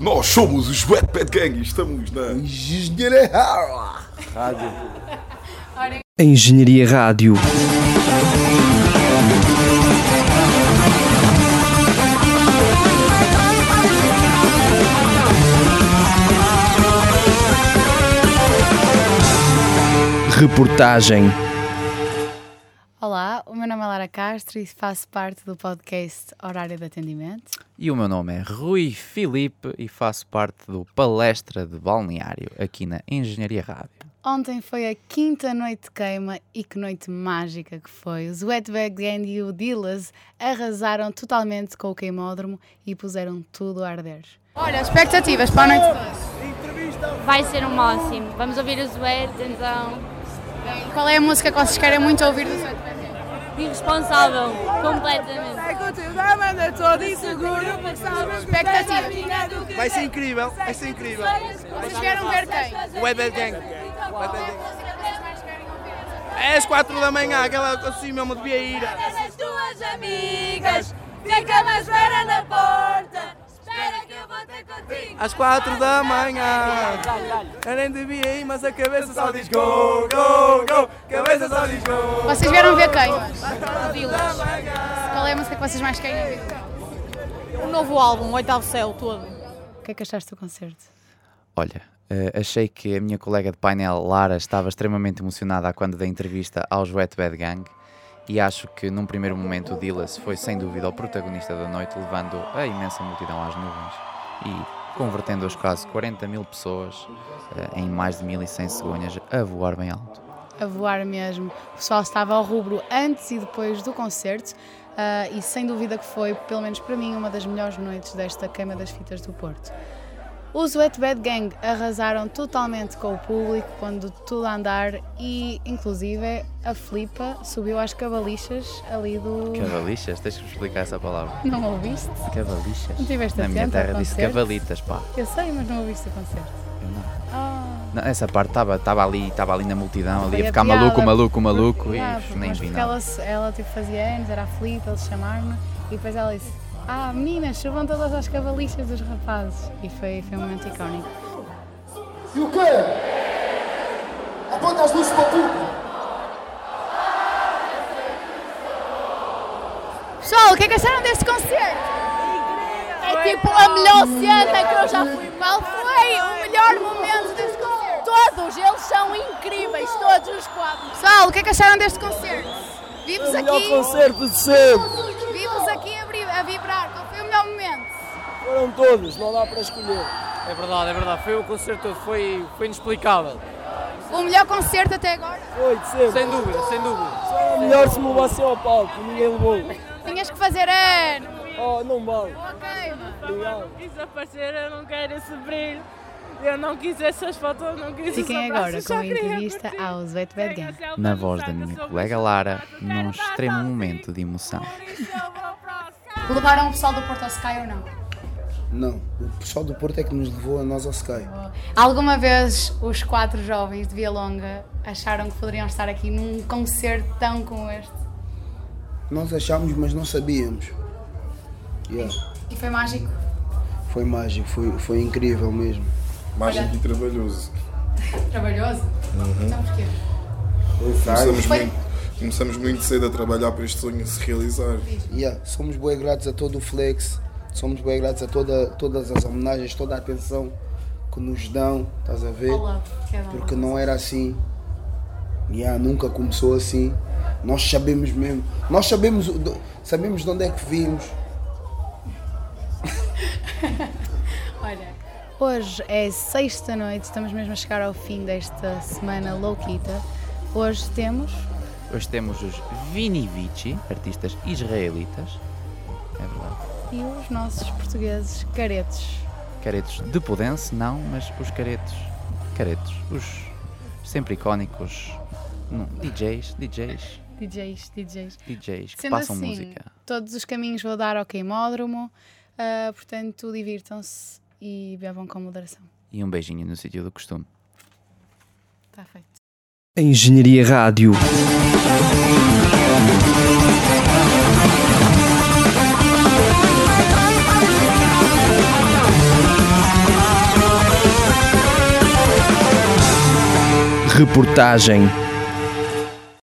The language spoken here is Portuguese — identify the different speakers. Speaker 1: Nós somos os Wet Pet Gang e estamos na Engenharia Rádio.
Speaker 2: Engenharia Rádio. Reportagem.
Speaker 3: Olá, o meu nome é Lara Castro e faço parte do podcast Horário de Atendimento.
Speaker 4: E o meu nome é Rui Filipe e faço parte do Palestra de Balneário aqui na Engenharia Rádio.
Speaker 3: Ontem foi a quinta noite de queima e que noite mágica que foi. Os Wetbag Gang e o Dillas arrasaram totalmente com o queimódromo e puseram tudo a arder. Olha, expectativas para a noite
Speaker 5: Vai ser o máximo. Vamos ouvir os Wet, então.
Speaker 3: Qual é a música que vocês querem muito ouvir dos Wetbag
Speaker 5: Irresponsável, completamente.
Speaker 3: Expectativas.
Speaker 6: Vai ser incrível, vai ser incrível.
Speaker 3: Vocês vieram ver quem?
Speaker 6: Web Gang. Web Gang. É às 4 da manhã, aquela que eu assim mesmo devia ir.
Speaker 7: as tuas amigas, fica mais espera na porta. Espera que eu vou ter contigo.
Speaker 6: Às 4 da manhã. Eu nem devia ir, mas a cabeça só diz go, go, go. Cabeça só diz go.
Speaker 3: Vocês vieram ver quem? Dillas. Qual é a música que vocês mais querem ouvir?
Speaker 8: O novo álbum, o Oitavo Céu, todo.
Speaker 3: O que é que achaste do concerto?
Speaker 4: Olha, eh, achei que a minha colega de painel Lara estava extremamente emocionada quando da entrevista aos Wet Bad Gang e acho que num primeiro momento o Dillas foi sem dúvida o protagonista da noite, levando a imensa multidão às nuvens e convertendo as quase 40 mil pessoas eh, em mais de 1100 cegonhas a voar bem alto.
Speaker 3: a voar mesmo. O pessoal estava ao rubro antes e depois do concerto ah, e sem dúvida que foi, pelo menos para mim, uma das melhores noites desta queima das fitas do Porto. Os Wet Bad Gang arrasaram totalmente com o público, quando tudo a andar e, inclusive, a Flipa subiu às cabalixas ali do...
Speaker 4: Cavalixas, tens que me explicar essa palavra.
Speaker 3: Não ouviste?
Speaker 4: Cavalixas.
Speaker 3: Não tiveste
Speaker 4: Na minha
Speaker 3: atento ao
Speaker 4: terra disse
Speaker 3: concerto?
Speaker 4: cavalitas, pá.
Speaker 3: Eu sei, mas não ouviste o concerto.
Speaker 4: Eu não.
Speaker 3: Ah,
Speaker 4: Não, Essa parte estava estava ali, estava ali na multidão, ali
Speaker 3: foi
Speaker 4: a ficar
Speaker 3: piada,
Speaker 4: maluco, maluco, maluco,
Speaker 3: porque-
Speaker 4: e
Speaker 3: ah,
Speaker 4: nem
Speaker 3: mas
Speaker 4: vi
Speaker 3: porque
Speaker 4: nada.
Speaker 3: ela, ela tipo, fazia anos, era a Filipe, eles chamaram-me e depois ela disse: Ah, meninas, subam todas as cavalixas dos rapazes. E foi, foi um momento icónico.
Speaker 9: E o quê? Aponta as luzes para o público.
Speaker 3: Pessoal, o que é que acharam deste concerto?
Speaker 8: É tipo a melhor cena que eu já fui. Qual foi o melhor momento desse concerto? Todos, eles são incríveis, todos os quatro.
Speaker 3: Pessoal, o que é que acharam deste concerto? Vimos aqui,
Speaker 9: concerto de sempre.
Speaker 3: vimos aqui a, bri- a vibrar. Qual foi o melhor momento?
Speaker 9: Foram todos, não dá para escolher.
Speaker 10: É verdade, é verdade. Foi o concerto todo, foi, foi inexplicável.
Speaker 3: O melhor concerto até agora?
Speaker 9: Foi de sempre.
Speaker 10: Sem dúvida, sem dúvida.
Speaker 9: Só era melhor se me levassem ao palco, ninguém levou.
Speaker 3: Tinhas que fazer ano.
Speaker 9: Oh, não vale.
Speaker 3: Ok, mano.
Speaker 9: Obrigado.
Speaker 7: Quis aparecer, eu não quero esse brilho. Eu não quis essas fotos, não quis
Speaker 3: Fiquem agora com a entrevista aos Wet Bad Gang.
Speaker 4: Na voz da minha colega Lara, num extremo momento de emoção.
Speaker 3: Levaram o pessoal do Porto ao Sky ou não?
Speaker 6: Não, o pessoal do Porto é que nos levou a nós ao Sky.
Speaker 3: Alguma vez os quatro jovens de Vialonga acharam que poderiam estar aqui num concerto tão como este?
Speaker 6: Nós achámos, mas não sabíamos.
Speaker 3: E foi mágico.
Speaker 6: Foi mágico, foi, foi incrível mesmo.
Speaker 1: Mágico e trabalhoso.
Speaker 3: Trabalhoso. Então porquê?
Speaker 1: Começamos
Speaker 3: Foi-
Speaker 1: muito, começamos muito cedo a trabalhar para este sonho se realizar.
Speaker 6: Yeah, somos bem gratos a todo o Flex, somos bem gratos a toda, todas as homenagens, toda a atenção que nos dão, estás a ver?
Speaker 3: Olá, cada um.
Speaker 6: Porque não era assim. Yeah, nunca começou assim. Nós sabemos mesmo. Nós sabemos, o- do- sabemos de onde é que vimos.
Speaker 3: Olha. Hoje é sexta noite, estamos mesmo a chegar ao fim desta semana louquita. Hoje temos.
Speaker 4: Hoje temos os Vinivici, artistas israelitas, é verdade.
Speaker 3: E os nossos portugueses caretos.
Speaker 4: Caretos de Pudense, não, mas os caretos, caretos, os sempre icónicos não, DJs, DJs,
Speaker 3: DJs, DJs.
Speaker 4: DJs que
Speaker 3: Sendo
Speaker 4: passam
Speaker 3: assim,
Speaker 4: música.
Speaker 3: todos os caminhos vou dar ao queimódromo, ah, portanto, divirtam-se e bebam com moderação.
Speaker 4: E um beijinho no sítio do costume.
Speaker 3: Está Tá feito.
Speaker 2: Engenharia Rádio. Reportagem